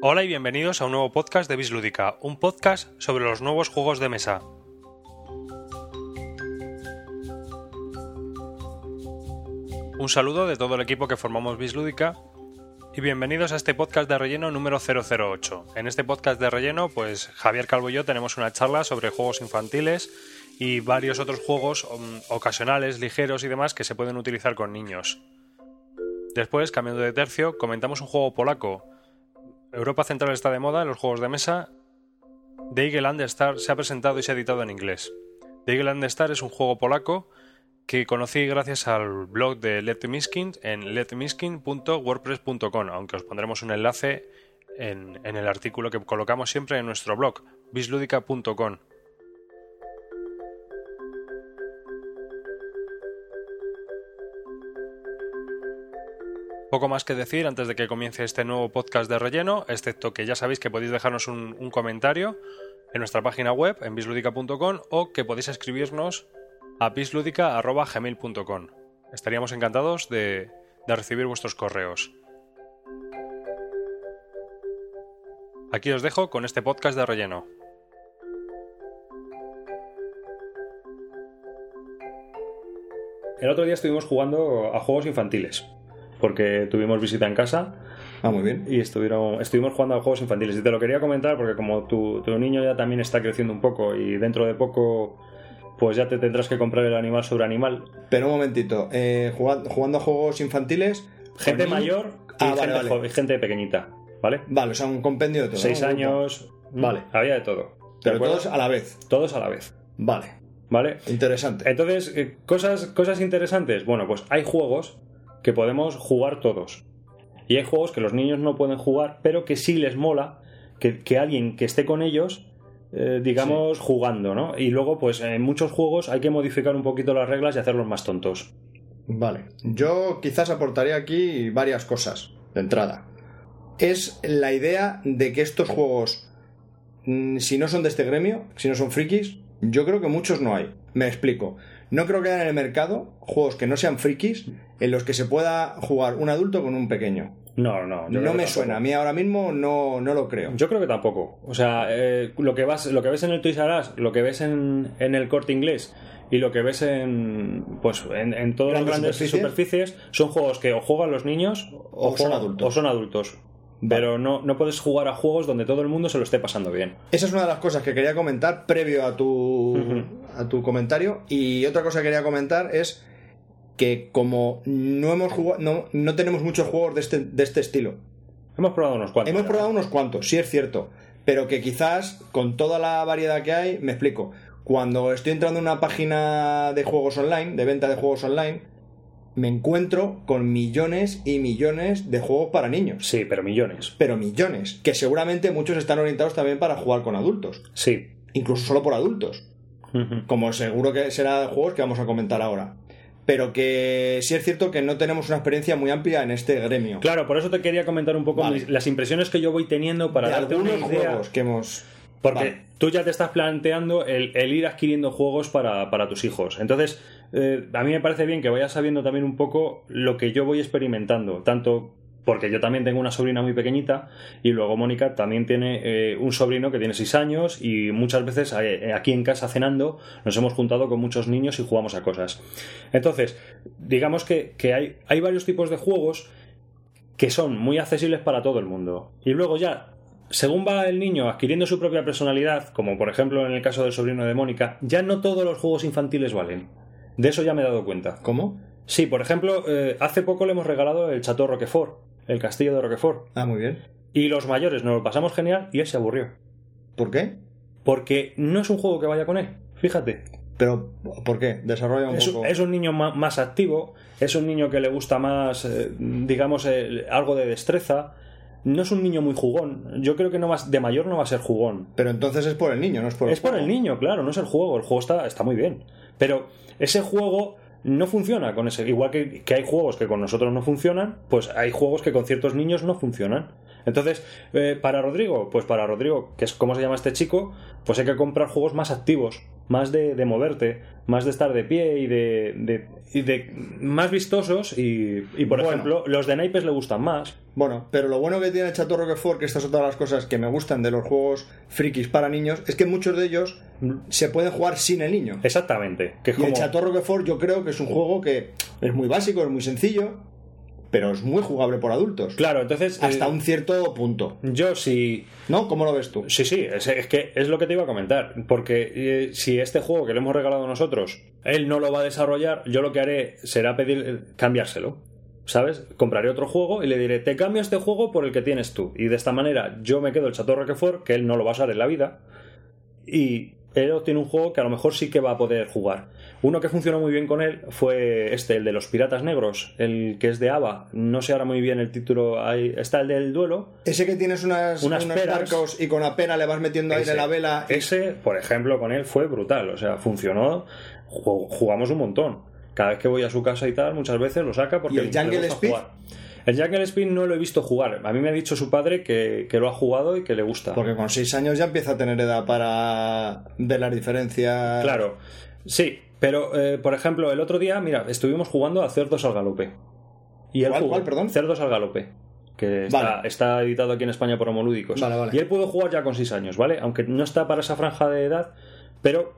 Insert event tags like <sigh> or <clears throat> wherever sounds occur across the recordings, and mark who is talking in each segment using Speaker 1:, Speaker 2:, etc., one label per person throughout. Speaker 1: Hola y bienvenidos a un nuevo podcast de Bislúdica, un podcast sobre los nuevos juegos de mesa. Un saludo de todo el equipo que formamos Bislúdica y bienvenidos a este podcast de relleno número 008. En este podcast de relleno, pues Javier Calvo y yo tenemos una charla sobre juegos infantiles y varios otros juegos um, ocasionales, ligeros y demás que se pueden utilizar con niños. Después, cambiando de tercio, comentamos un juego polaco, Europa Central está de moda en los juegos de mesa. The Eagle and the Star se ha presentado y se ha editado en inglés. The Eagle and the Star es un juego polaco que conocí gracias al blog de Let Miskin en letmiskin.wordpress.com, aunque os pondremos un enlace en, en, el artículo que colocamos siempre en nuestro blog, bisludica.com. Poco más que decir antes de que comience este nuevo podcast de relleno, excepto que ya sabéis que podéis dejarnos un, un comentario en nuestra página web en bisludica.com o que podéis escribirnos a bisludica.gmail.com. Estaríamos encantados de, de recibir vuestros correos. Aquí os dejo con este podcast de relleno. El otro día estuvimos jugando a juegos infantiles porque tuvimos visita en casa.
Speaker 2: Ah, muy bien.
Speaker 1: Y estuvieron, estuvimos jugando a juegos infantiles. Y te lo quería comentar porque como tu, tu, niño ya también está creciendo un poco y dentro de poco pues ya te tendrás que comprar el animal sobre animal.
Speaker 2: Pero un momentito, eh, jugando, jugando, a juegos infantiles...
Speaker 1: Gente niños? mayor y ah, gente, vale, vale. gente, pequeñita, ¿vale?
Speaker 2: Vale, o sea, un compendio de todo.
Speaker 1: Seis
Speaker 2: ¿no?
Speaker 1: años... Vale. Había de todo.
Speaker 2: Pero todos a la vez.
Speaker 1: Todos a la vez.
Speaker 2: Vale.
Speaker 1: ¿Vale?
Speaker 2: Interesante.
Speaker 1: Entonces, eh, cosas, cosas interesantes. Bueno, pues hay juegos que podemos jugar todos. Y hay juegos que los niños no pueden jugar, pero que sí les mola que, que alguien que esté con ellos, eh, digamos, sí. jugando, ¿no? Y luego, pues en muchos juegos hay que modificar un poquito las reglas y hacerlos más tontos.
Speaker 2: Vale, yo quizás aportaría aquí varias cosas de entrada. Es la idea de que estos juegos, si no son de este gremio, si no son frikis, yo creo que muchos no hay. Me explico. No creo que haya en el mercado juegos que no sean frikis en los que se pueda jugar un adulto con un pequeño.
Speaker 1: No, no,
Speaker 2: no. No me suena. A mí ahora mismo no, no lo creo.
Speaker 1: Yo creo que tampoco. O sea, eh, lo, que vas, lo que ves en el Toys R Us, lo que ves en, en el corte inglés y lo que ves en pues en, en todas las grandes superficies? superficies? son juegos que o juegan los niños
Speaker 2: o,
Speaker 1: o
Speaker 2: son adultos.
Speaker 1: O son adultos. Vale. Pero no, no puedes jugar a juegos donde todo el mundo se lo esté pasando bien.
Speaker 2: Esa es una de las cosas que quería comentar previo a tu, uh -huh. a tu comentario. Y otra cosa que quería comentar es que como no hemos jugado, no, no tenemos muchos juegos de este, de este estilo.
Speaker 1: Hemos probado unos cuantos.
Speaker 2: Hemos probado unos cuantos, sí es cierto. Pero que quizás con toda la variedad que hay, me explico. Cuando estoy entrando en una página de juegos online, de venta de juegos online, me encuentro con millones y millones de juegos para niños.
Speaker 1: Sí, pero millones.
Speaker 2: Pero millones, que seguramente muchos están orientados también para jugar con adultos.
Speaker 1: Sí.
Speaker 2: Incluso solo por adultos. Uh -huh. Como seguro que será de juegos que vamos a comentar ahora. Pero que sí es cierto que no tenemos una experiencia muy amplia en este gremio.
Speaker 1: Claro, por eso te quería comentar un poco vale. mis, las impresiones que yo voy teniendo para
Speaker 2: de
Speaker 1: darte
Speaker 2: algunos
Speaker 1: una idea.
Speaker 2: juegos que hemos
Speaker 1: porque vale. tú ya te estás planteando el, el ir adquiriendo juegos para, para tus hijos. Entonces, eh, a mí me parece bien que vayas sabiendo también un poco lo que yo voy experimentando, tanto porque yo también tengo una sobrina muy pequeñita y luego Mónica también tiene eh, un sobrino que tiene 6 años y muchas veces eh, aquí en casa cenando nos hemos juntado con muchos niños y jugamos a cosas. Entonces, digamos que, que hay, hay varios tipos de juegos que son muy accesibles para todo el mundo. Y luego ya según va el niño adquiriendo su propia personalidad, como por ejemplo en el caso del sobrino de Mónica, ya no todos los juegos infantiles valen. De eso ya me he dado cuenta.
Speaker 2: ¿Cómo?
Speaker 1: Sí, por ejemplo, eh, hace poco le hemos regalado el Chateau Roquefort, el castillo de Roquefort.
Speaker 2: Ah, muy bien.
Speaker 1: Y los mayores nos lo pasamos genial y él se aburrió.
Speaker 2: ¿Por qué?
Speaker 1: Porque no es un juego que vaya con él, fíjate.
Speaker 2: Pero, ¿por qué? Desarrolla un
Speaker 1: es,
Speaker 2: poco.
Speaker 1: Es un niño más, más, activo, es un niño que le gusta más, eh, digamos, el, algo de destreza no es un niño muy jugón. Yo creo que no va, de mayor no va a ser jugón.
Speaker 2: Pero entonces es por el niño, no es por el
Speaker 1: Es juego. por el niño, claro, no es el juego. El juego está, está muy bien. Pero ese juego no funciona con ese. Igual que, que hay juegos que con nosotros no funcionan, pues hay juegos que con ciertos niños no funcionan. Entonces, eh, para Rodrigo, pues para Rodrigo, que es como se llama este chico, pues hay que comprar juegos más activos, más de, de moverte, más de estar de pie y de, de- y de- más vistosos y, y, por
Speaker 2: Bueno.
Speaker 1: ejemplo, los de naipes le gustan más.
Speaker 2: Bueno, pero lo bueno que tiene el Chato Roquefort, que estas son todas las cosas que me gustan de los juegos frikis para niños, es que muchos de ellos
Speaker 1: Mm.
Speaker 2: se pueden jugar sin el niño.
Speaker 1: Exactamente. Que es
Speaker 2: Y el
Speaker 1: como-
Speaker 2: Chateau Roquefort yo creo que es un juego que es muy básico, es muy sencillo, pero es muy jugable por adultos.
Speaker 1: Claro, entonces...
Speaker 2: Hasta
Speaker 1: eh,
Speaker 2: un cierto punto.
Speaker 1: Yo si,
Speaker 2: ¿No? ¿Cómo lo ves tú?
Speaker 1: Sí, sí, es, es que es lo que te iba a comentar. Porque eh, si este juego que le hemos regalado nosotros, él no lo va a desarrollar, yo lo que haré será pedir eh, cambiárselo. ¿Sabes? Compraré otro juego y le diré, te cambio este juego por el que tienes tú. Y de esta manera yo me quedo el Chateau Roquefort, que él no lo va a usar en la vida. Y él obtiene un juego que a lo mejor sí que va a poder jugar. Uno que funcionó muy bien con él fue este, el de los Piratas Negros, el que es de ABA. No sé ahora muy bien el título. ahí está el del duelo,
Speaker 2: Ese que tienes unas,
Speaker 1: Unas
Speaker 2: unos
Speaker 1: peras.
Speaker 2: barcos y con la pena le vas metiendo aire a
Speaker 1: Ese. Eh,
Speaker 2: la vela.
Speaker 1: Ese, por ejemplo, con él fue brutal. O sea, funcionó. ju- Jugamos un montón. Cada vez que voy a su casa y tal, muchas veces lo saca porque
Speaker 2: ¿Y el
Speaker 1: le
Speaker 2: Jungle
Speaker 1: gusta
Speaker 2: Speed?
Speaker 1: jugar. El Jungle Speed no lo he visto jugar. A mí me ha dicho su padre que, que lo ha jugado y que le gusta.
Speaker 2: Porque con 6 años ya empieza a tener edad para ver las diferencias.
Speaker 1: Claro. Sí, pero, eh, por ejemplo, el otro día, mira, estuvimos jugando a Cerdos al Galope. Y él
Speaker 2: ¿Cuál,
Speaker 1: jugó
Speaker 2: cuál, perdón?
Speaker 1: Cerdos al Galope. Que está,
Speaker 2: Vale.
Speaker 1: está editado aquí en España por Homolúdicos.
Speaker 2: Vale, vale.
Speaker 1: Y él pudo jugar ya con 6 años, ¿vale? Aunque no está para esa franja de edad, pero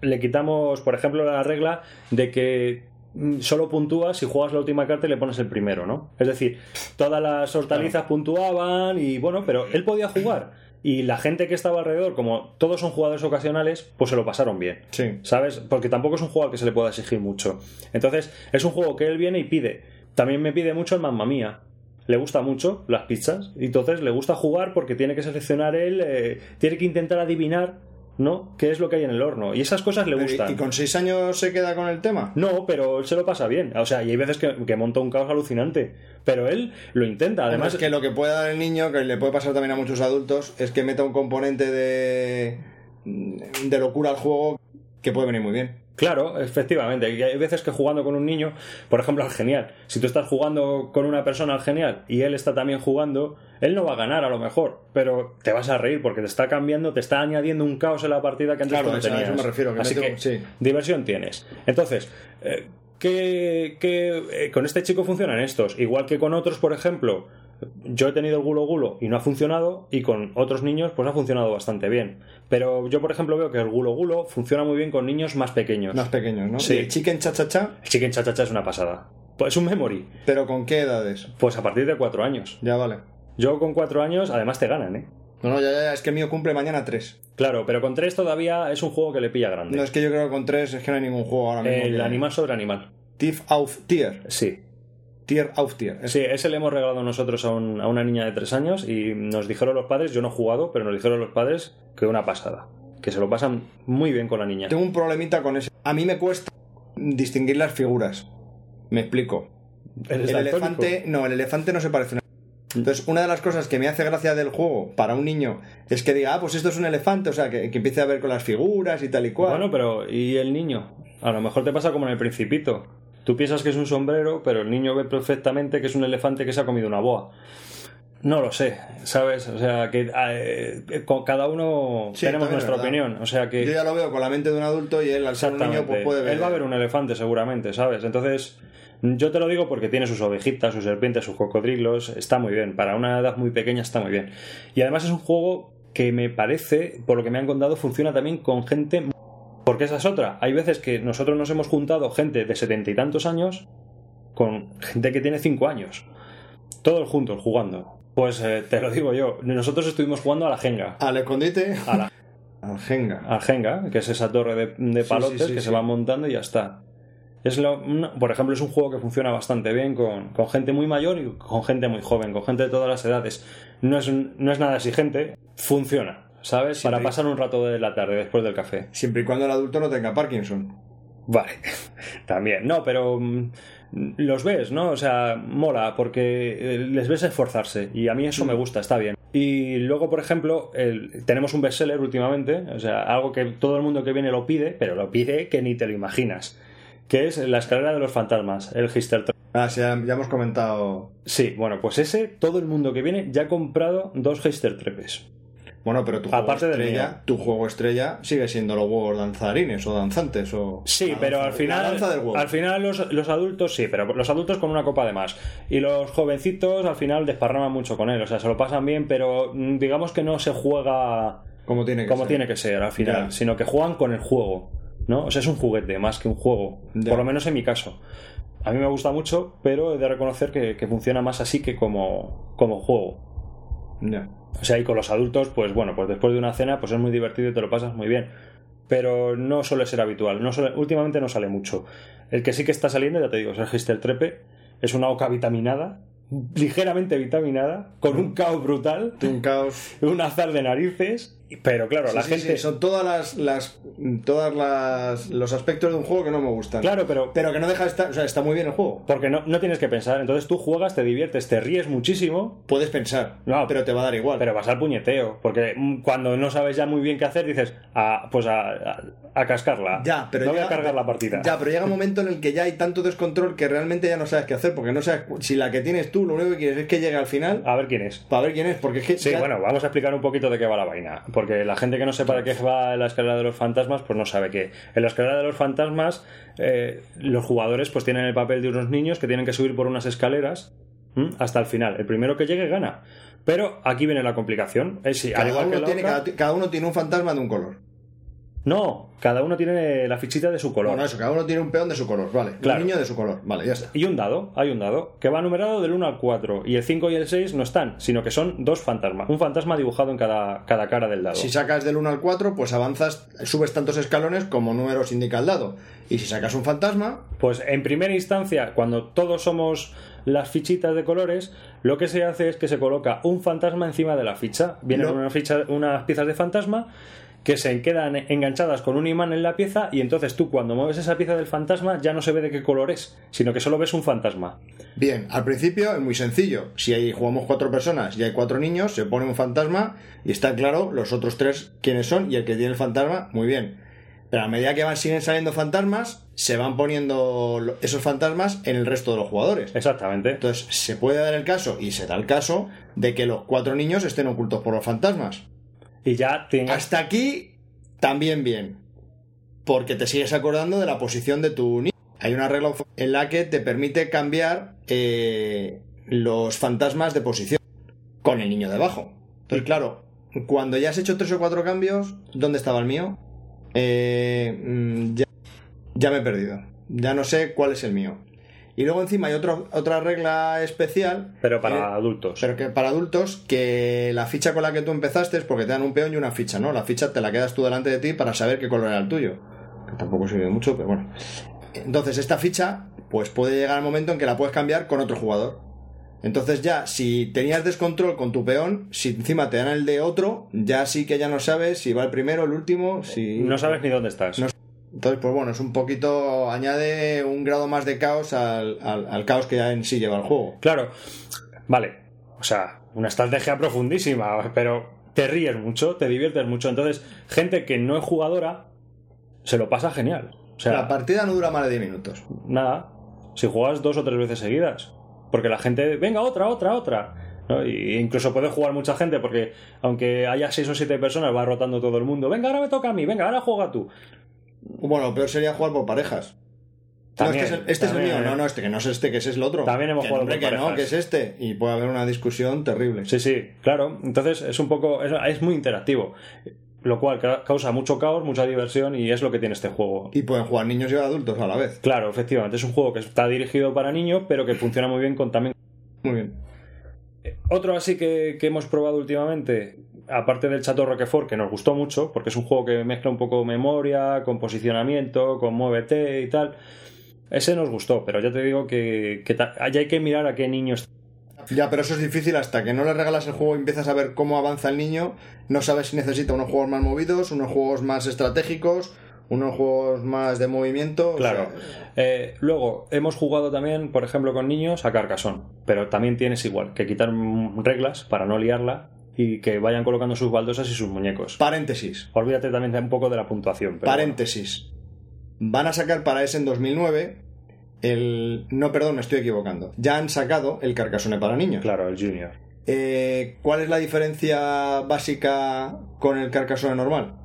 Speaker 1: le quitamos, por ejemplo, la regla de que mm, solo puntúas si juegas la última carta y le pones el primero, ¿no? Es decir, todas las hortalizas puntuaban y bueno, pero él podía jugar. Y la gente que estaba alrededor, como todos son jugadores ocasionales, pues se lo pasaron bien.
Speaker 2: Sí.
Speaker 1: ¿Sabes? Porque tampoco es un juego al que se le pueda exigir mucho. Entonces, es un juego que él viene y pide. También me pide mucho el Mamma Mía. Le gusta mucho las pizzas. Y entonces le gusta jugar porque tiene que seleccionar él, eh, tiene que intentar adivinar, ¿no? ¿Qué es lo que hay en el horno? Y esas cosas le
Speaker 2: Pero, ¿y-
Speaker 1: gustan.
Speaker 2: ¿Y con 6 años se queda con el tema?
Speaker 1: No, pero él se lo pasa bien. O sea, y hay veces que, que monta un caos alucinante. Pero él lo intenta. Además,
Speaker 2: Además, que lo que puede dar el niño, que le puede pasar también a muchos adultos, es que meta un componente de, de locura al juego que puede venir muy bien.
Speaker 1: Claro, efectivamente. Y hay veces que jugando con un niño, por ejemplo, al genial. Si tú estás jugando con una persona al genial y él está también jugando, él no va a ganar a lo mejor, pero te vas a reír porque te está cambiando, te está añadiendo un caos en la partida que antes
Speaker 2: Claro,
Speaker 1: tú no
Speaker 2: eso- a eso
Speaker 1: tenías.
Speaker 2: me refiero, que
Speaker 1: Así
Speaker 2: mete
Speaker 1: que
Speaker 2: un- sí.
Speaker 1: diversión tienes. Entonces, eh, que, que, eh, con este chico funcionan estos, igual que con otros, por ejemplo. Yo he tenido el gulo gulo y no ha funcionado, y con otros niños, pues ha funcionado bastante bien. Pero yo, por ejemplo, veo que el gulo gulo funciona muy bien con niños más pequeños.
Speaker 2: Más pequeños, ¿no?
Speaker 1: Sí.
Speaker 2: Y el chicken cha cha cha,
Speaker 1: El Chicken Cha Cha Cha es una pasada. Pues es un memory.
Speaker 2: pero ¿con qué edades?
Speaker 1: Pues a partir de cuatro años.
Speaker 2: Ya vale.
Speaker 1: Yo con cuatro años, además te ganan, ¿eh?
Speaker 2: No, no, ya, ya, ya, es que el mío cumple mañana 3.
Speaker 1: Claro, pero con tres todavía es un juego que le pilla grande.
Speaker 2: No, es que yo creo que con 3 es que no hay ningún juego ahora mismo.
Speaker 1: el
Speaker 2: que-
Speaker 1: animal sobre animal.
Speaker 2: Thief auf Tier.
Speaker 1: Sí.
Speaker 2: Tier auf Tier. Es-
Speaker 1: Sí, ese le hemos regalado nosotros a, un- a una niña de tres años y nos dijeron los padres, yo no he jugado, pero nos dijeron los padres que una pasada. Que se lo pasan muy bien con la niña.
Speaker 2: Tengo un problemita con ese. A mí me cuesta distinguir las figuras. Me explico.
Speaker 1: ¿Eres
Speaker 2: El
Speaker 1: daltónico?
Speaker 2: elefante, no, el elefante no se parece a un Entonces, una de las cosas que me hace gracia del juego para un niño es que diga, ah, pues esto es un elefante, o sea, que, que empiece a ver con las figuras y tal y cual.
Speaker 1: Bueno, pero ¿y el niño? A lo mejor te pasa como en el principito. Tú piensas que es un sombrero, pero el niño ve perfectamente que es un elefante que se ha comido una boa. No lo sé, ¿sabes? O sea, que eh, con cada uno
Speaker 2: Sí, también
Speaker 1: tenemos
Speaker 2: es
Speaker 1: nuestra
Speaker 2: verdad.
Speaker 1: opinión. O sea que...
Speaker 2: Yo ya lo veo con la mente de un adulto y él, al ser un niño, pues puede ver.
Speaker 1: Él va a ver un elefante seguramente, ¿sabes? Entonces, yo te lo digo porque tiene sus ovejitas, sus serpientes, sus cocodrilos, está muy bien, para una edad muy pequeña está muy bien. Y además es un juego que me parece, por lo que me han contado, funciona también con gente... mu- Porque esa es otra. Hay veces que nosotros nos hemos juntado gente de setenta y tantos años con gente que tiene cinco años. Todos juntos jugando. Pues eh, te lo digo yo. Nosotros estuvimos jugando a la jenga.
Speaker 2: Al escondite. <laughs>
Speaker 1: A la
Speaker 2: Al jenga.
Speaker 1: al Jenga, que es esa torre de, de
Speaker 2: Sí,
Speaker 1: palotes
Speaker 2: sí, sí,
Speaker 1: que
Speaker 2: sí.
Speaker 1: se va montando y ya está. Es lo- una- por ejemplo, es un juego que funciona bastante bien con, con gente muy mayor y con gente muy joven, con gente de todas las edades. No es, un- no es nada exigente, funciona, ¿sabes? Para
Speaker 2: te-
Speaker 1: pasar un rato de la tarde después del café.
Speaker 2: Siempre y cuando el adulto no tenga Parkinson.
Speaker 1: Vale, <laughs> también. No, pero mm, los ves, ¿no? O sea, mola, porque eh, les ves esforzarse y a mí eso me gusta, está bien. Y luego, por ejemplo, el- tenemos un bestseller últimamente, o sea, algo que todo el mundo que viene lo pide, pero lo pide que ni te lo imaginas, que es la escalera de los fantasmas, el Histerton.
Speaker 2: Ah, sí, ya, ya hemos comentado.
Speaker 1: Sí, bueno, pues ese, todo el mundo que viene ya ha comprado dos Heister Trepes.
Speaker 2: Bueno, pero tu juego,
Speaker 1: Aparte del mío.
Speaker 2: estrella, tu juego estrella sigue siendo los huevos danzarines o danzantes o.
Speaker 1: Sí,
Speaker 2: la
Speaker 1: pero
Speaker 2: danza-
Speaker 1: al final,
Speaker 2: La danza del huevo.
Speaker 1: al final los, los adultos sí, pero los adultos con una copa de más. Y los jovencitos al final desparraman mucho con él, o sea, se lo pasan bien, pero mm, digamos que no se juega
Speaker 2: Como tiene que
Speaker 1: como
Speaker 2: ser.
Speaker 1: tiene que ser al final,
Speaker 2: Ya.
Speaker 1: sino que juegan con el juego, ¿no? O sea, es un juguete más que un juego,
Speaker 2: Ya.
Speaker 1: por lo menos en mi caso. A mí me gusta mucho, pero he de reconocer que, que funciona más así que como, como juego.
Speaker 2: Ya.
Speaker 1: O sea, y con los adultos, pues bueno, pues después de una cena, pues es muy divertido y te lo pasas muy bien. Pero no suele ser habitual, no suele- últimamente no sale mucho. El que sí que está saliendo, ya te digo, es el Gister Trepe, es una oca vitaminada, ligeramente vitaminada, con un caos brutal,
Speaker 2: Un caos.
Speaker 1: un azar de narices, pero claro,
Speaker 2: Sí,
Speaker 1: la
Speaker 2: sí,
Speaker 1: gente...
Speaker 2: sí, son todas las, las todas las los aspectos de un juego que no me gustan.
Speaker 1: Claro, pero
Speaker 2: Pero que no deja de estar, o sea, está muy bien el juego.
Speaker 1: Porque no, no tienes que pensar. Entonces tú juegas, te diviertes, te ríes muchísimo,
Speaker 2: Puedes pensar,
Speaker 1: No,
Speaker 2: pero te va a dar igual.
Speaker 1: pero vas al puñeteo. Porque mm, cuando no sabes ya muy bien qué hacer, dices, "Ah, pues a, a- a cascarla.
Speaker 2: ya, pero
Speaker 1: no
Speaker 2: llega,
Speaker 1: voy a cargar la partida.
Speaker 2: Ya, pero llega un momento en el que ya hay tanto descontrol que realmente ya no sabes qué hacer, porque no sabes cu- si la que tienes tú, lo único que quieres es que llegue al final
Speaker 1: A ver quién es.
Speaker 2: para ver quién es, porque es que
Speaker 1: Ah. Sí,
Speaker 2: ya-
Speaker 1: bueno, vamos a explicar un poquito de qué va la vaina. Porque la gente que no sepa de qué va la escalera de los fantasmas, pues no sabe qué. En la escalera de los fantasmas, eh, los jugadores pues tienen el papel de unos niños que tienen que subir por unas escaleras ¿m? hasta el final. El primero que llegue gana. Pero aquí viene la complicación. Es si, al
Speaker 2: cada,
Speaker 1: igual que
Speaker 2: uno
Speaker 1: la
Speaker 2: tiene,
Speaker 1: otra-
Speaker 2: cada, cada uno tiene un fantasma de un color.
Speaker 1: No, cada uno tiene la fichita de su color.
Speaker 2: Bueno, eso, cada uno tiene un peón de su color, vale.
Speaker 1: Claro.
Speaker 2: Un niño de su color, vale, ya está.
Speaker 1: Y un dado, hay un dado, que va numerado del 1 al 4. Y el 5 y el 6 no están, sino que son dos fantasmas. Un fantasma dibujado en cada, cada cara del dado.
Speaker 2: Si sacas del 1 al 4, pues avanzas, subes tantos escalones como números indica el dado. Y si sacas un fantasma,
Speaker 1: Pues en primera instancia, cuando todos somos las fichitas de colores, lo que se hace es que se coloca un fantasma encima de la ficha. Vienen
Speaker 2: No.
Speaker 1: unas, fichas- unas piezas de fantasma que se quedan enganchadas con un imán en la pieza y entonces tú cuando mueves esa pieza del fantasma ya no se ve de qué color es, sino que solo ves un fantasma.
Speaker 2: bien, al principio es muy sencillo. Si ahí jugamos cuatro personas y hay cuatro niños, se pone un fantasma y está claro los otros tres quiénes son y el que tiene el fantasma, muy bien. Pero a medida que van siguen saliendo fantasmas, se van poniendo lo- esos fantasmas en el resto de los jugadores.
Speaker 1: Exactamente.
Speaker 2: Entonces, se puede dar el caso, y se da el caso, de que los cuatro niños estén ocultos por los fantasmas.
Speaker 1: Y ya tengas
Speaker 2: Hasta aquí, también bien. Porque te sigues acordando de la posición de tu niño. Hay una regla en la que te permite cambiar eh, los fantasmas de posición con el niño debajo. Entonces, claro, cuando ya has hecho tres o cuatro cambios, ¿dónde estaba el mío? Eh, mm, ya, ya me he perdido. Ya no sé cuál es el mío. Y luego encima hay otro- otra regla especial.
Speaker 1: Pero para
Speaker 2: eh,
Speaker 1: adultos.
Speaker 2: pero que para adultos, que la ficha con la que tú empezaste es porque te dan un peón y una ficha, ¿no? La ficha te la quedas tú delante de ti para saber qué color era el tuyo. Que tampoco sirve mucho, pero bueno. Entonces, esta ficha, pues puede llegar el momento en que la puedes cambiar con otro jugador. Entonces, ya, si tenías descontrol con tu peón, si encima te dan el de otro, ya sí que ya no sabes si va el primero, el último, si.
Speaker 1: Eh, no sabes ni dónde estás.
Speaker 2: No- Entonces, pues bueno, es un poquito. añade un grado más de caos al, al- al caos que ya en sí lleva el juego.
Speaker 1: Claro. Vale. O sea, una estrategia profundísima, pero te ríes mucho, te diviertes mucho. Entonces, gente que no es jugadora se lo pasa genial. O sea,
Speaker 2: La partida no dura más de 10 minutos.
Speaker 1: nada. Si juegas dos o tres veces seguidas. Porque la gente, venga, otra, otra, otra. ¿no? Y incluso puede jugar mucha gente porque aunque haya seis o siete personas va rotando todo el mundo. Venga, ahora me toca a mí, venga, ahora juega tú.
Speaker 2: Bueno, lo peor sería jugar por parejas. No,
Speaker 1: También,
Speaker 2: este es el, este es el
Speaker 1: también,
Speaker 2: mío.
Speaker 1: eh.
Speaker 2: No, no, este que no es este, que ese es el otro.
Speaker 1: También hemos
Speaker 2: Que
Speaker 1: jugado
Speaker 2: hombre,
Speaker 1: por
Speaker 2: que no,
Speaker 1: parejas.
Speaker 2: que es este. Y puede haber una discusión terrible.
Speaker 1: Sí, sí, claro. Entonces es un poco, es, es muy interactivo, lo cual ca- causa mucho caos, mucha diversión y es lo que tiene este juego.
Speaker 2: Y pueden jugar niños y adultos a la vez.
Speaker 1: Claro, efectivamente, es un juego que está dirigido para niños, pero que funciona muy bien con también.
Speaker 2: Muy bien.
Speaker 1: Otro así que, que hemos probado últimamente, aparte del Chato Roquefort, que nos gustó mucho, porque es un juego que mezcla un poco memoria, con posicionamiento, con muévete y tal. Ese nos gustó, pero ya te digo que, que ta- ahí hay que mirar a qué niños
Speaker 2: Ya, pero eso es difícil hasta que no le regalas el juego y empiezas a ver cómo avanza el niño. No sabes si necesita unos juegos más movidos, unos juegos más estratégicos, unos juegos más de movimiento. o
Speaker 1: Claro.
Speaker 2: sea,
Speaker 1: Eh, luego, hemos jugado también, por ejemplo, con niños a Carcasón, pero también tienes igual que quitar mm, reglas para no liarla y que vayan colocando sus baldosas y sus muñecos.
Speaker 2: paréntesis.
Speaker 1: Olvídate también de un poco de la puntuación. Pero
Speaker 2: Paréntesis. Van a sacar para ese en 2009 El... No, perdón, me estoy equivocando. Ya han sacado el Carcassonne para niños.
Speaker 1: Claro, el Junior.
Speaker 2: Eh, ¿Cuál es la diferencia básica con el Carcassonne normal?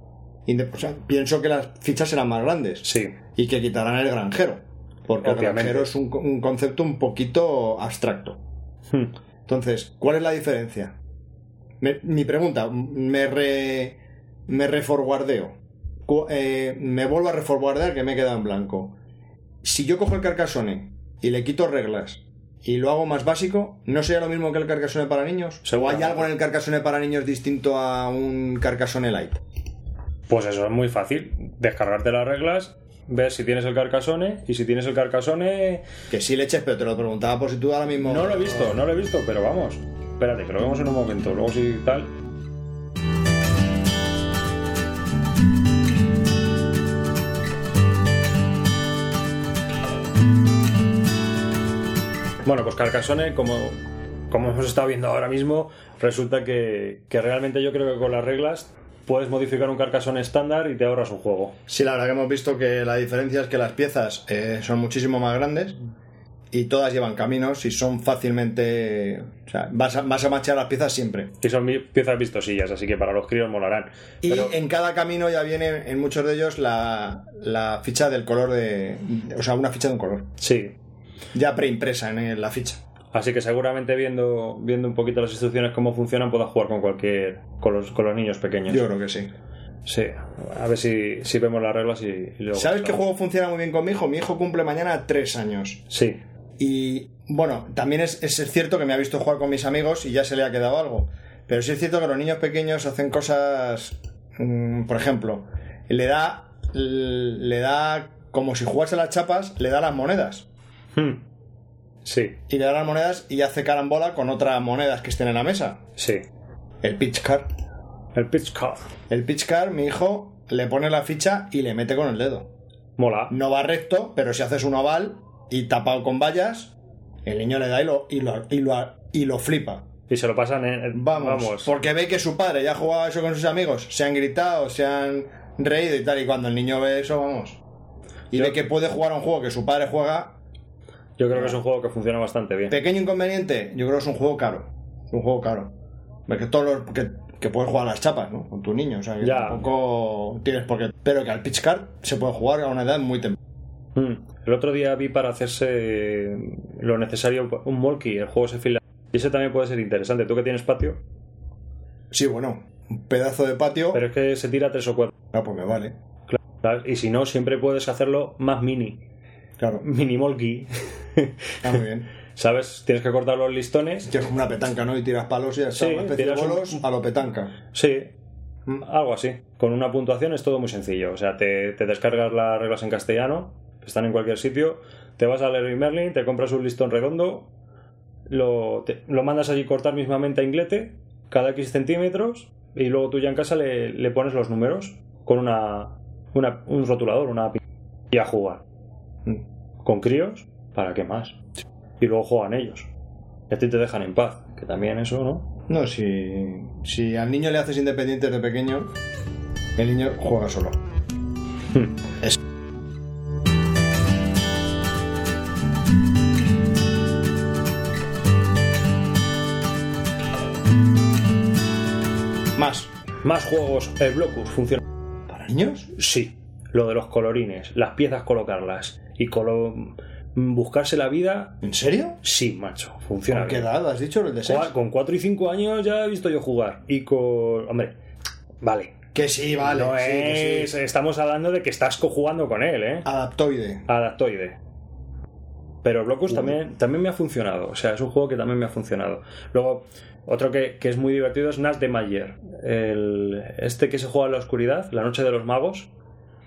Speaker 2: Inde- o sea, pienso que las fichas serán más grandes
Speaker 1: Sí.
Speaker 2: y que quitarán el granjero, porque el
Speaker 1: Obviamente.
Speaker 2: granjero es un, co- un concepto un poquito abstracto.
Speaker 1: Hmm.
Speaker 2: Entonces, ¿cuál es la diferencia? Me- mi pregunta, me re, me reforguardeo. Cu- eh, me vuelvo a reforguardear que me he quedado en blanco. Si yo cojo el Carcassonne y le quito reglas y lo hago más básico, ¿no sería lo mismo que el Carcassonne para niños? ¿O hay
Speaker 1: Seguramente.
Speaker 2: algo en el Carcassonne para niños distinto a un Carcassonne Light?
Speaker 1: Pues eso es muy fácil. Descargarte las reglas, ver si tienes el carcasone y si tienes el carcasone.
Speaker 2: Que sí, leches, pero te lo preguntaba por si tú ahora mismo...
Speaker 1: No lo he visto, no lo he visto, pero vamos. Espérate, que lo vemos en un momento. Luego si tal. Bueno, pues Carcassonne, como, como hemos estado viendo ahora mismo, resulta que, que realmente yo creo que con las reglas puedes modificar un Carcassonne estándar y te ahorras un juego.
Speaker 2: Sí, la verdad que hemos visto que la diferencia es que las piezas eh, son muchísimo más grandes y todas llevan caminos y son fácilmente... O sea, vas a, vas a machear las piezas siempre.
Speaker 1: Y son mi- piezas vistosillas, así que para los críos molarán.
Speaker 2: Y
Speaker 1: Pero-
Speaker 2: en cada camino ya viene, en muchos de ellos, la, la ficha del color de... O sea, una ficha de un color.
Speaker 1: Sí.
Speaker 2: Ya preimpresa en eh, la ficha.
Speaker 1: Así que seguramente viendo, viendo un poquito las instrucciones cómo funcionan, puedas jugar con cualquier. con los, con los niños pequeños.
Speaker 2: Yo creo que sí.
Speaker 1: Sí. A ver si, si vemos las reglas y, y luego.
Speaker 2: ¿Sabes qué juego funciona muy bien con mi hijo? Mi hijo cumple mañana tres años.
Speaker 1: Sí.
Speaker 2: Y bueno, también es, es cierto que me ha visto jugar con mis amigos y ya se le ha quedado algo. Pero sí es cierto que los niños pequeños hacen cosas. mm, por ejemplo, le da. Le da. Como si jugase las chapas, le da las monedas.
Speaker 1: Hmm. Sí,
Speaker 2: Y le da las monedas y hace carambola con otras monedas que estén en la mesa.
Speaker 1: sí.
Speaker 2: El pitch card.
Speaker 1: El pitch card.
Speaker 2: El pitch card, mi hijo le pone la ficha y le mete con el dedo.
Speaker 1: Mola.
Speaker 2: No va recto, pero si haces un oval y tapado con vallas, el niño le da y lo, y lo, y lo, y lo flipa.
Speaker 1: Y se lo pasan en. en-
Speaker 2: Vamos, porque ve que su padre ya jugaba eso con sus amigos, se han gritado, se han reído y tal, y cuando el niño ve eso, vamos. Y
Speaker 1: Yo-
Speaker 2: ve que puede jugar a un juego que su padre juega.
Speaker 1: Yo creo que es un juego que funciona bastante bien.
Speaker 2: Pequeño inconveniente, yo creo que es un juego caro. Un juego caro. Porque todos los- que, que puedes jugar a las chapas, ¿no? Con tu niño, o sea, que
Speaker 1: Ya.
Speaker 2: tampoco tienes por qué. Pero que al pitch card se puede jugar a una edad muy temprana.
Speaker 1: Hmm. El otro día vi para hacerse lo necesario un molky, el juego se fila. Y ese también puede ser interesante. Tú que tienes patio,
Speaker 2: Sí, bueno, un pedazo de patio.
Speaker 1: pero es que se tira tres o cuatro.
Speaker 2: Ah, pues me vale.
Speaker 1: ¿sabes? Y si no, siempre puedes hacerlo más mini.
Speaker 2: Claro,
Speaker 1: Mini molky.
Speaker 2: está muy bien.
Speaker 1: <laughs> ¿Sabes? Tienes que cortar los listones.
Speaker 2: Tienes como una petanca, ¿no? Y tiras palos y ya está,
Speaker 1: Sí,
Speaker 2: una especie de
Speaker 1: tiras un-
Speaker 2: bolos a lo petanca.
Speaker 1: Sí. mm, Algo así. Con una puntuación es todo muy sencillo. O sea, te, te descargas las reglas en castellano, que están en cualquier sitio, te vas a Leroy Merlin, te compras un listón redondo, lo, te- lo mandas allí cortar mismamente a inglete, cada X centímetros, y luego tú ya en casa le, le pones los números con una, una- un rotulador, una pi- y a jugar.
Speaker 2: Mm.
Speaker 1: Con críos, ¿para qué más? Y luego juegan ellos. Y a ti te dejan en paz, que también eso, ¿no?
Speaker 2: No, si, si al niño le haces independiente de pequeño, el niño juega
Speaker 1: <laughs>
Speaker 2: solo. Es- Más.
Speaker 1: Más juegos, el Blocus funciona.
Speaker 2: ¿Para niños?
Speaker 1: Sí, lo de los colorines, las piezas colocarlas y colo- mm, buscarse la vida,
Speaker 2: ¿En serio?
Speaker 1: sí, macho, funciona
Speaker 2: ¿Con qué
Speaker 1: bien.
Speaker 2: edad has dicho el de seis?
Speaker 1: Joder, con 4 y 5 años ya he visto yo jugar. Y con. Hombre, vale.
Speaker 2: Que sí, vale.
Speaker 1: no
Speaker 2: sí, que
Speaker 1: es-
Speaker 2: sí.
Speaker 1: Estamos hablando de que estás cojugando con él, ¿eh?
Speaker 2: Adaptoide.
Speaker 1: Adaptoide. Pero Blocus también, también me ha funcionado. O sea, es un juego que también me ha funcionado. Luego, otro que, que es muy divertido es Nash de Mayer. El, este que se juega en la oscuridad, La Noche de los Magos.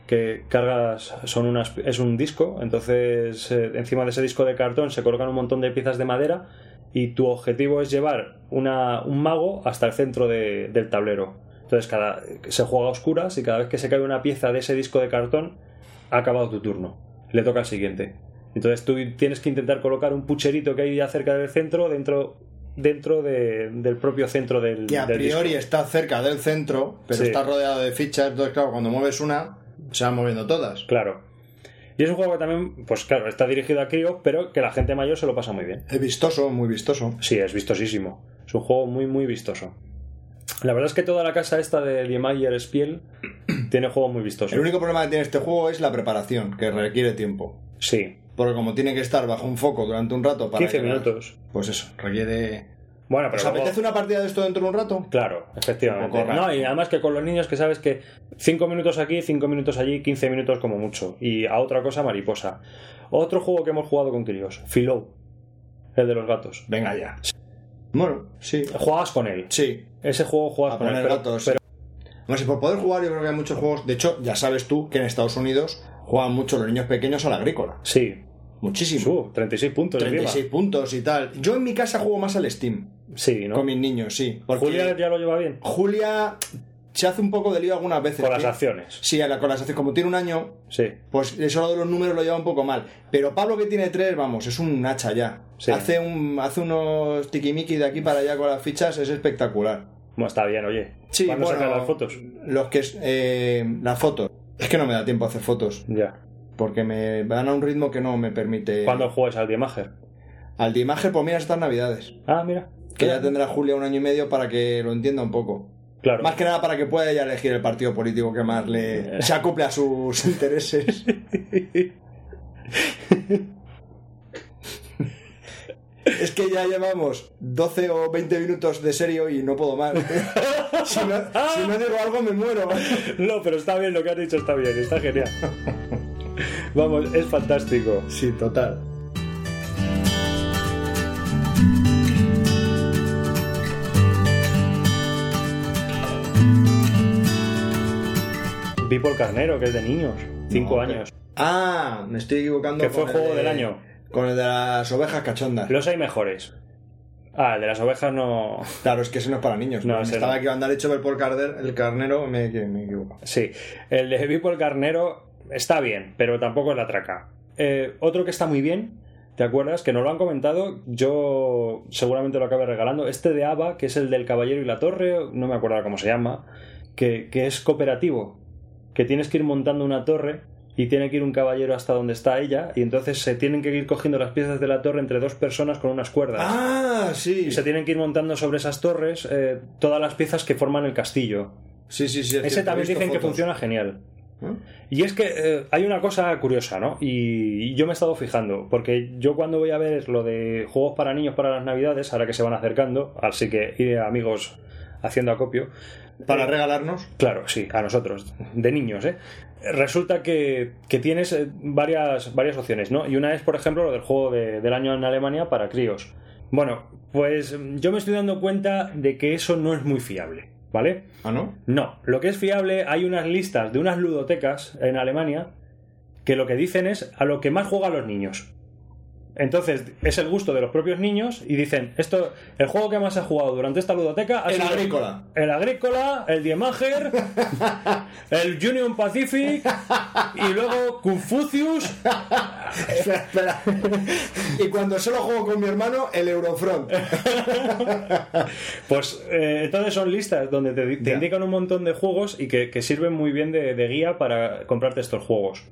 Speaker 1: Que cargas, son unas, es un disco. Entonces, eh, encima de ese disco de cartón se colocan un montón de piezas de madera. Y tu objetivo es llevar una- un mago hasta el centro de- del tablero. Entonces, cada, se juega a oscuras y cada vez que se cae una pieza de ese disco de cartón, ha acabado tu turno. Le toca al siguiente. Entonces tú tienes que intentar colocar un pucherito que hay ya cerca del centro dentro, dentro de- del propio centro del.
Speaker 2: que a
Speaker 1: del disco.
Speaker 2: priori está cerca del centro, pero
Speaker 1: Sí.
Speaker 2: está rodeado de fichas, entonces claro, cuando mueves una, se van moviendo todas.
Speaker 1: Claro. Y Y es un juego que también, pues claro, está dirigido a críos, pero que la gente mayor se lo pasa muy bien.
Speaker 2: Es vistoso, muy vistoso.
Speaker 1: Sí, es vistosísimo. Es un juego muy, muy vistoso. La verdad es que toda la casa esta de Diemayer
Speaker 2: <clears throat>
Speaker 1: Spiel tiene juegos muy vistosos.
Speaker 2: El único problema que tiene este juego es la preparación, que requiere tiempo.
Speaker 1: Sí.
Speaker 2: Porque como tiene que estar bajo un foco durante un rato para...
Speaker 1: 15
Speaker 2: que-
Speaker 1: minutos.
Speaker 2: Pues eso, requiere...
Speaker 1: Bueno, pero
Speaker 2: ¿Os
Speaker 1: luego-
Speaker 2: apetece una partida de esto dentro de un rato?
Speaker 1: Claro, efectivamente.
Speaker 2: Un poco raro.
Speaker 1: No, y además que con los niños que sabes que 5 minutos aquí, 5 minutos allí, 15 minutos como mucho. Y a otra cosa mariposa. Otro juego que hemos jugado con críos, Philo, el de los gatos.
Speaker 2: Venga ya. Bueno, sí.
Speaker 1: Jugabas con él.
Speaker 2: Sí,
Speaker 1: Ese juego jugabas
Speaker 2: a
Speaker 1: con él.
Speaker 2: poner
Speaker 1: pero-
Speaker 2: gatos.
Speaker 1: pero-
Speaker 2: No sé, por poder jugar yo creo que hay muchos juegos. De hecho, ya sabes tú que en Estados Unidos juegan mucho los niños pequeños a la agrícola.
Speaker 1: sí. uh,
Speaker 2: Muchísimo.
Speaker 1: Su, 36 puntos.
Speaker 2: 36 puntos y tal. Yo en mi casa juego más al Steam
Speaker 1: encima. Sí, ¿no?
Speaker 2: con mis niños, sí. Porque
Speaker 1: Julia ya lo lleva bien.
Speaker 2: Julia se hace un poco de lío algunas veces.
Speaker 1: Con las
Speaker 2: ¿sí?
Speaker 1: acciones.
Speaker 2: Sí, a la- con las acciones. Como tiene un año,
Speaker 1: Sí.
Speaker 2: pues eso de los números lo lleva un poco mal. Pero Pablo que tiene tres, vamos, es un hacha ya.
Speaker 1: Sí.
Speaker 2: Hace, un, hace unos tiquimiqui de aquí para allá con las fichas, es espectacular.
Speaker 1: Bueno, está bien, oye.
Speaker 2: Sí,
Speaker 1: ¿Cuándo
Speaker 2: bueno,
Speaker 1: sacas las fotos?
Speaker 2: Los que... es- eh, las fotos. Es que no me da tiempo a hacer fotos,
Speaker 1: Ya.
Speaker 2: porque me van a un ritmo que no me permite...
Speaker 1: ¿Cuándo juegas al Diemager?
Speaker 2: Al de imagen, pues mira, estas navidades.
Speaker 1: Ah, mira.
Speaker 2: Que ya tendrá Julia un año y medio para que lo entienda un poco.
Speaker 1: Claro. Eh.
Speaker 2: Más que nada para que pueda ella elegir el partido político que más le se acople a
Speaker 1: <laughs>
Speaker 2: sus intereses. Es que ya llevamos 12 o 20 minutos de serio y no puedo
Speaker 1: <laughs>
Speaker 2: más. Si no, si no digo algo me muero.
Speaker 1: <laughs> No, pero está bien, lo que has dicho está bien, está genial. <laughs> Vamos, es fantástico.
Speaker 2: Sí, total.
Speaker 1: Vi por Carnero, que es de niños, 5
Speaker 2: No,
Speaker 1: años,
Speaker 2: Ah, me estoy equivocando.
Speaker 1: que fue
Speaker 2: con el
Speaker 1: juego
Speaker 2: de-
Speaker 1: del año.
Speaker 2: Con el de las ovejas cachondas.
Speaker 1: Los hay mejores. Ah, el de las ovejas no.
Speaker 2: Claro, es que ese no es para niños.
Speaker 1: No,
Speaker 2: Me
Speaker 1: ese
Speaker 2: estaba
Speaker 1: no.
Speaker 2: aquí a andar hecho ver por carder, el carnero, me, me equivoco.
Speaker 1: Sí, el de Vi por Carnero está bien, pero tampoco es la traca. Eh, otro que está muy bien, ¿te acuerdas? Que no lo han comentado, yo seguramente lo acabe regalando. Este de Ava, que es el del Caballero y la Torre, no me acuerdo cómo se llama, que, que es cooperativo, que tienes que ir montando una torre y tiene que ir un caballero hasta donde está ella, y entonces se tienen que ir cogiendo las piezas de la torre entre dos personas con unas cuerdas.
Speaker 2: Ah, sí.
Speaker 1: Y se tienen que ir montando sobre esas torres eh, todas las piezas que forman el castillo.
Speaker 2: Sí, sí, sí. es
Speaker 1: Ese
Speaker 2: cierto, he
Speaker 1: también
Speaker 2: visto
Speaker 1: dicen que
Speaker 2: fotos.
Speaker 1: funciona genial.
Speaker 2: ¿Eh?
Speaker 1: Y es que eh, hay una cosa curiosa, ¿no? Y yo me he estado fijando, porque yo cuando voy a ver lo de juegos para niños para las navidades, ahora que se van acercando, así que ir amigos haciendo acopio,
Speaker 2: Para regalarnos.
Speaker 1: claro, sí, a nosotros, de niños, ¿eh? Resulta que, que tienes eh, varias, varias opciones, ¿no? Y una es, por ejemplo, lo del juego de- del año en Alemania para críos. Bueno, pues yo me estoy dando cuenta de que eso no es muy fiable, ¿vale?
Speaker 2: Ah, ¿no?
Speaker 1: No, lo que es fiable, hay unas listas de unas ludotecas en Alemania que lo que dicen es a lo que más juegan los niños. Entonces, es el gusto de los propios niños y dicen, esto, el juego que más ha jugado durante esta ludoteca ha
Speaker 2: El
Speaker 1: sido
Speaker 2: agrícola.
Speaker 1: el Agrícola, el Diemager, el Union Pacific y luego Confucius.
Speaker 2: <laughs> espera, espera. y cuando solo juego con mi hermano, el Eurofront.
Speaker 1: Pues eh, entonces son listas donde te, te
Speaker 2: Ya.
Speaker 1: indican un montón de juegos y que, que sirven muy bien de- de guía para comprarte estos juegos.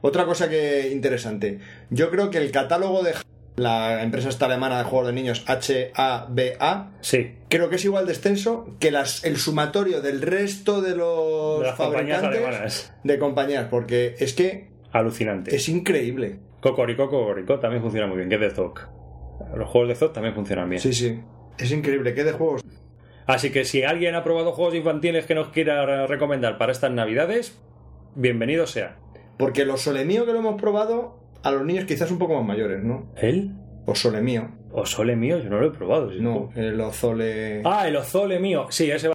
Speaker 2: Otra cosa que interesante. Yo creo que el catálogo de la empresa esta alemana de juegos de niños HABA
Speaker 1: Sí,
Speaker 2: creo que es igual de extenso que las, el sumatorio del resto de los
Speaker 1: De las compañías
Speaker 2: fabricantes
Speaker 1: alemanas.
Speaker 2: de compañías, porque es que
Speaker 1: alucinante.
Speaker 2: es increíble.
Speaker 1: Cocorico, Cocorico también funciona muy bien, que es de Zoc. Los juegos de Zoc también funcionan bien.
Speaker 2: Sí, sí. Es increíble. ¿Qué de juegos?
Speaker 1: Así que si alguien ha probado juegos infantiles que nos quiera re- recomendar para estas navidades, bienvenido sea.
Speaker 2: Porque lo solemío que lo hemos probado a los niños quizás un poco más mayores, ¿no?
Speaker 1: ¿El?
Speaker 2: O solemío.
Speaker 1: ¿O Sole mío? Yo no lo he probado. si
Speaker 2: No, eh, el ozole...
Speaker 1: Ah, el Ozole mío. Sí, ese va.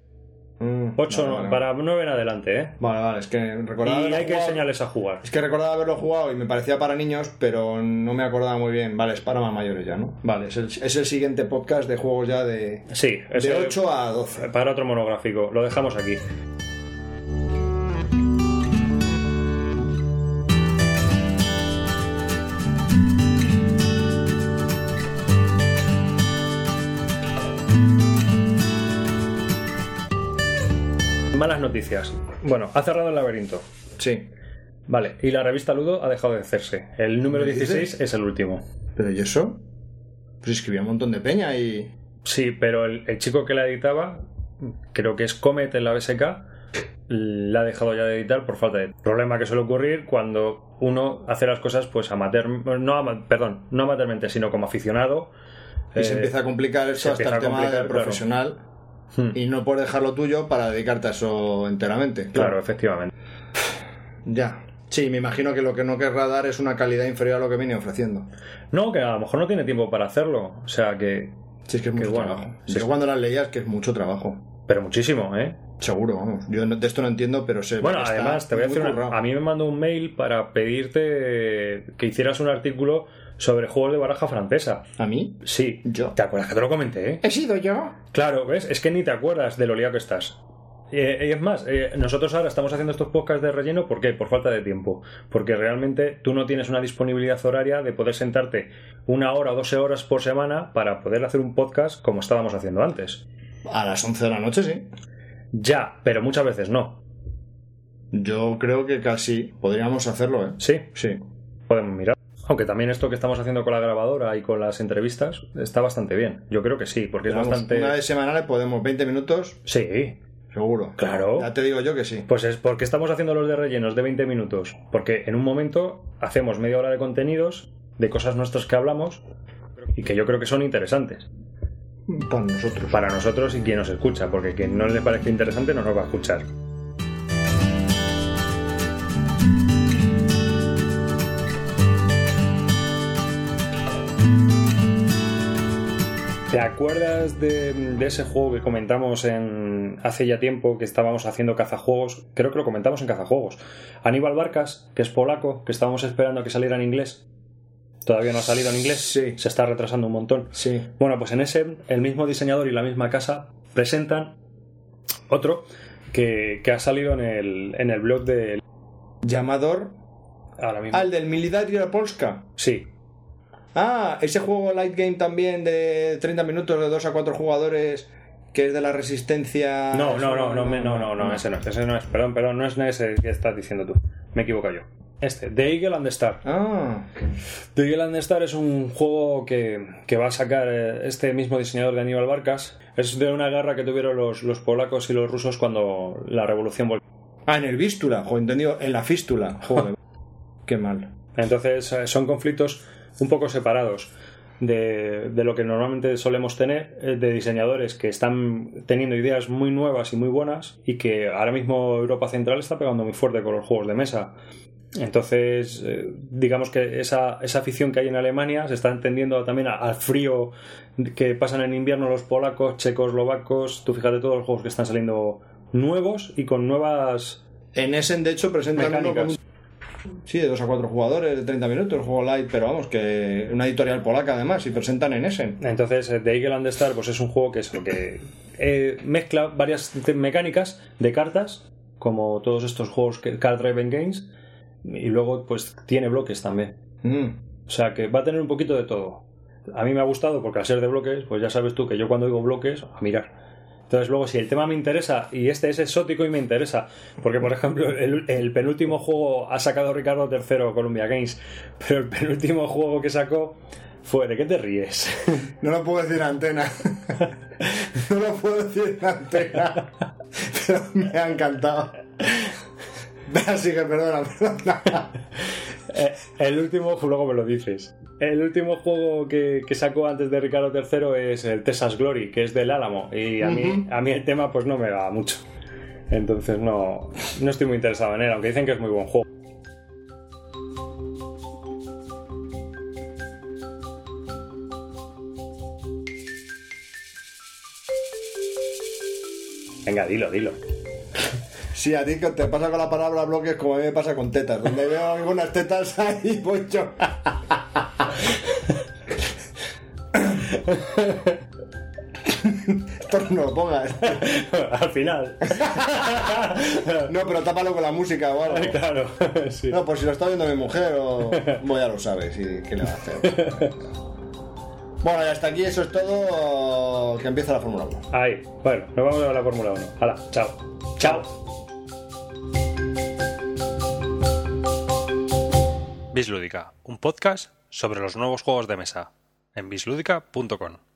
Speaker 2: Mm,
Speaker 1: 8
Speaker 2: vale, vale.
Speaker 1: para 9 en adelante, ¿eh?
Speaker 2: Vale, vale, es que recordaba
Speaker 1: y
Speaker 2: haberlo
Speaker 1: hay que
Speaker 2: jugado-
Speaker 1: enseñarles a jugar.
Speaker 2: Es que recordaba haberlo jugado y me parecía para niños, pero no me acordaba muy bien. Vale, es para más mayores ya, ¿no? Vale, es el, es el siguiente podcast de juegos ya de,
Speaker 1: Sí,
Speaker 2: de
Speaker 1: ese-
Speaker 2: 8 a 12.
Speaker 1: para otro monográfico. Lo dejamos aquí. Malas noticias. Bueno, ha cerrado el laberinto.
Speaker 2: Sí.
Speaker 1: Vale, y la revista Ludo ha dejado de hacerse. El número
Speaker 2: ¿Me dices?
Speaker 1: 16 es el último.
Speaker 2: ¿Pero y eso? Pues escribía un montón de peña y.
Speaker 1: Sí, pero el, el chico que la editaba, creo que es Comet en la BSK, la ha dejado ya de editar por falta de problema que suele ocurrir cuando uno hace las cosas pues amateur, no ama- perdón, no amateurmente, sino como aficionado.
Speaker 2: Y se
Speaker 1: Eh,
Speaker 2: empieza a complicar
Speaker 1: se
Speaker 2: esto hasta el
Speaker 1: empieza a
Speaker 2: tema
Speaker 1: complicar,
Speaker 2: del
Speaker 1: claro.
Speaker 2: profesional.
Speaker 1: hmm,
Speaker 2: Y no por dejar lo tuyo para dedicarte a eso enteramente.
Speaker 1: Claro, efectivamente.
Speaker 2: Ya. Sí, me imagino que lo que no querrá dar es una calidad inferior a lo que viene ofreciendo.
Speaker 1: No, que a lo mejor no tiene tiempo para hacerlo. O sea que.
Speaker 2: Si es que es
Speaker 1: Qué
Speaker 2: mucho
Speaker 1: bueno.
Speaker 2: trabajo.
Speaker 1: Sí.
Speaker 2: Yo cuando las leías que es mucho trabajo.
Speaker 1: Pero muchísimo, ¿eh?
Speaker 2: Seguro, vamos. Yo no- de esto no entiendo, pero sé.
Speaker 1: Bueno,
Speaker 2: está
Speaker 1: además, te voy a
Speaker 2: muy
Speaker 1: decir una-
Speaker 2: currado.
Speaker 1: A mí me mandó un mail para pedirte que hicieras un artículo sobre juegos de baraja francesa.
Speaker 2: ¿A mí?
Speaker 1: Sí.
Speaker 2: Yo.
Speaker 1: ¿Te acuerdas que te lo comenté, eh?
Speaker 2: ¿He sido yo?
Speaker 1: Claro, ¿ves? Es que ni te acuerdas de lo liado que estás. Eh, y es más, eh, nosotros ahora estamos haciendo estos podcasts de relleno, pues, ¿por qué? Por falta de tiempo. Porque realmente tú no tienes una disponibilidad horaria de poder sentarte una hora o 12 horas por semana para poder hacer un podcast como estábamos haciendo antes.
Speaker 2: A las 11 de la noche, sí.
Speaker 1: Ya, pero muchas veces no.
Speaker 2: Yo creo que casi podríamos hacerlo, ¿eh?
Speaker 1: Sí,
Speaker 2: Sí.
Speaker 1: podemos mirar. Aunque también esto que estamos haciendo con la grabadora y con las entrevistas está bastante bien. Yo creo que sí, porque
Speaker 2: Vamos,
Speaker 1: es bastante...
Speaker 2: Una vez semanal podemos 20 minutos,
Speaker 1: Sí,
Speaker 2: seguro.
Speaker 1: Claro.
Speaker 2: Ya te digo yo que sí.
Speaker 1: Pues es porque estamos haciendo los de rellenos de 20 minutos. Porque en un momento hacemos media hora de contenidos, de cosas nuestras que hablamos y que yo creo que son interesantes
Speaker 2: Para nosotros.
Speaker 1: para nosotros y quien nos escucha, porque quien no le parece interesante no nos va a escuchar. ¿Te acuerdas de, de ese juego que comentamos en hace ya tiempo que estábamos haciendo cazajuegos? Creo que lo comentamos en cazajuegos. Aníbal Barcas, que es polaco, que estábamos esperando a que saliera en inglés. Todavía no ha salido en inglés.
Speaker 2: Sí.
Speaker 1: Se está retrasando un montón.
Speaker 2: Sí.
Speaker 1: Bueno, pues en ese, el mismo diseñador y la misma casa presentan otro que, que ha salido en el, en el blog de
Speaker 2: Llamador
Speaker 1: ahora mismo.
Speaker 2: al del Military Polska.
Speaker 1: Sí,
Speaker 2: Ah, ese juego light game también de 30 minutos de 2 a 4 jugadores que es de la resistencia.
Speaker 1: No, no, no, no, me- no, no, no, ese no es, ese no es, perdón, perdón, no es ese que estás diciendo tú. Me he equivocado yo. Este, The Eagle and the Star.
Speaker 2: Ah,
Speaker 1: The Eagle and the Star es un juego que, que va a sacar eh, este mismo diseñador de Aníbal Barcas. Es de una guerra que tuvieron los, los polacos y los rusos cuando la revolución volvió.
Speaker 2: ah, en el vístula, joder, entendido, en la fístula.
Speaker 1: <laughs>
Speaker 2: Joder, qué mal.
Speaker 1: Entonces eh, son conflictos un poco separados de, de lo que normalmente solemos tener, eh, de diseñadores que están teniendo ideas muy nuevas y muy buenas y que ahora mismo Europa Central está pegando muy fuerte con los juegos de mesa. Entonces, eh, digamos que esa, esa afición que hay en Alemania se está entendiendo también a- al frío que pasan en invierno los polacos, checoslovacos. Tú fíjate todos los juegos que están saliendo nuevos y con nuevas
Speaker 2: En Essen, de hecho, presentan uno con
Speaker 1: mecánicas.
Speaker 2: un- Sí, de 2 a 4 jugadores, de 30 minutos, el juego light, pero vamos, que una editorial polaca además, y presentan en Essen.
Speaker 1: Entonces, eh, The Eagle and the Star pues es un juego que es lo que eh, mezcla varias te- mecánicas de cartas, como todos estos juegos que Card Driven Games, y luego pues tiene bloques también.
Speaker 2: Mm.
Speaker 1: O sea que va a tener un poquito de todo. A mí me ha gustado porque al ser de bloques, pues ya sabes tú que yo cuando digo bloques, a mirar. Entonces luego si el tema me interesa y este es exótico y me interesa, porque por ejemplo el, el penúltimo juego ha sacado Ricardo III Columbia Games, pero el penúltimo juego que sacó fue ¿de qué te ríes?
Speaker 2: No lo puedo decir en antena. <laughs> No lo puedo decir en antena. Pero me ha encantado. <laughs> Así que perdona, perdona.
Speaker 1: Eh, el último, luego me lo dices. El último juego que, que sacó antes de Ricardo III es el Texas Glory, que es del Álamo. Y a, mí,
Speaker 2: Ujú.
Speaker 1: a mí el tema pues no me va mucho. Entonces no, no estoy muy interesado en él, aunque dicen que es muy buen juego. Venga, dilo, dilo. <laughs>
Speaker 2: Sí, a ti que te pasa con la palabra bloques como a mí me pasa con tetas. Donde veo algunas tetas <laughs> ahí, voy yo. Esto no lo pongas.
Speaker 1: Al final.
Speaker 2: No, pero tápalo con la música o algo.
Speaker 1: claro, <laughs> sí.
Speaker 2: No, por si lo está viendo mi mujer o... Bueno, ya lo sabes y qué le va a hacer. Bueno, y hasta aquí eso es todo. Que empieza la Fórmula 1.
Speaker 1: Ahí, bueno, nos vamos a la Fórmula 1. Hala, chao. Chao.
Speaker 3: Bislúdica, un podcast sobre los nuevos juegos de mesa en bisludica.com.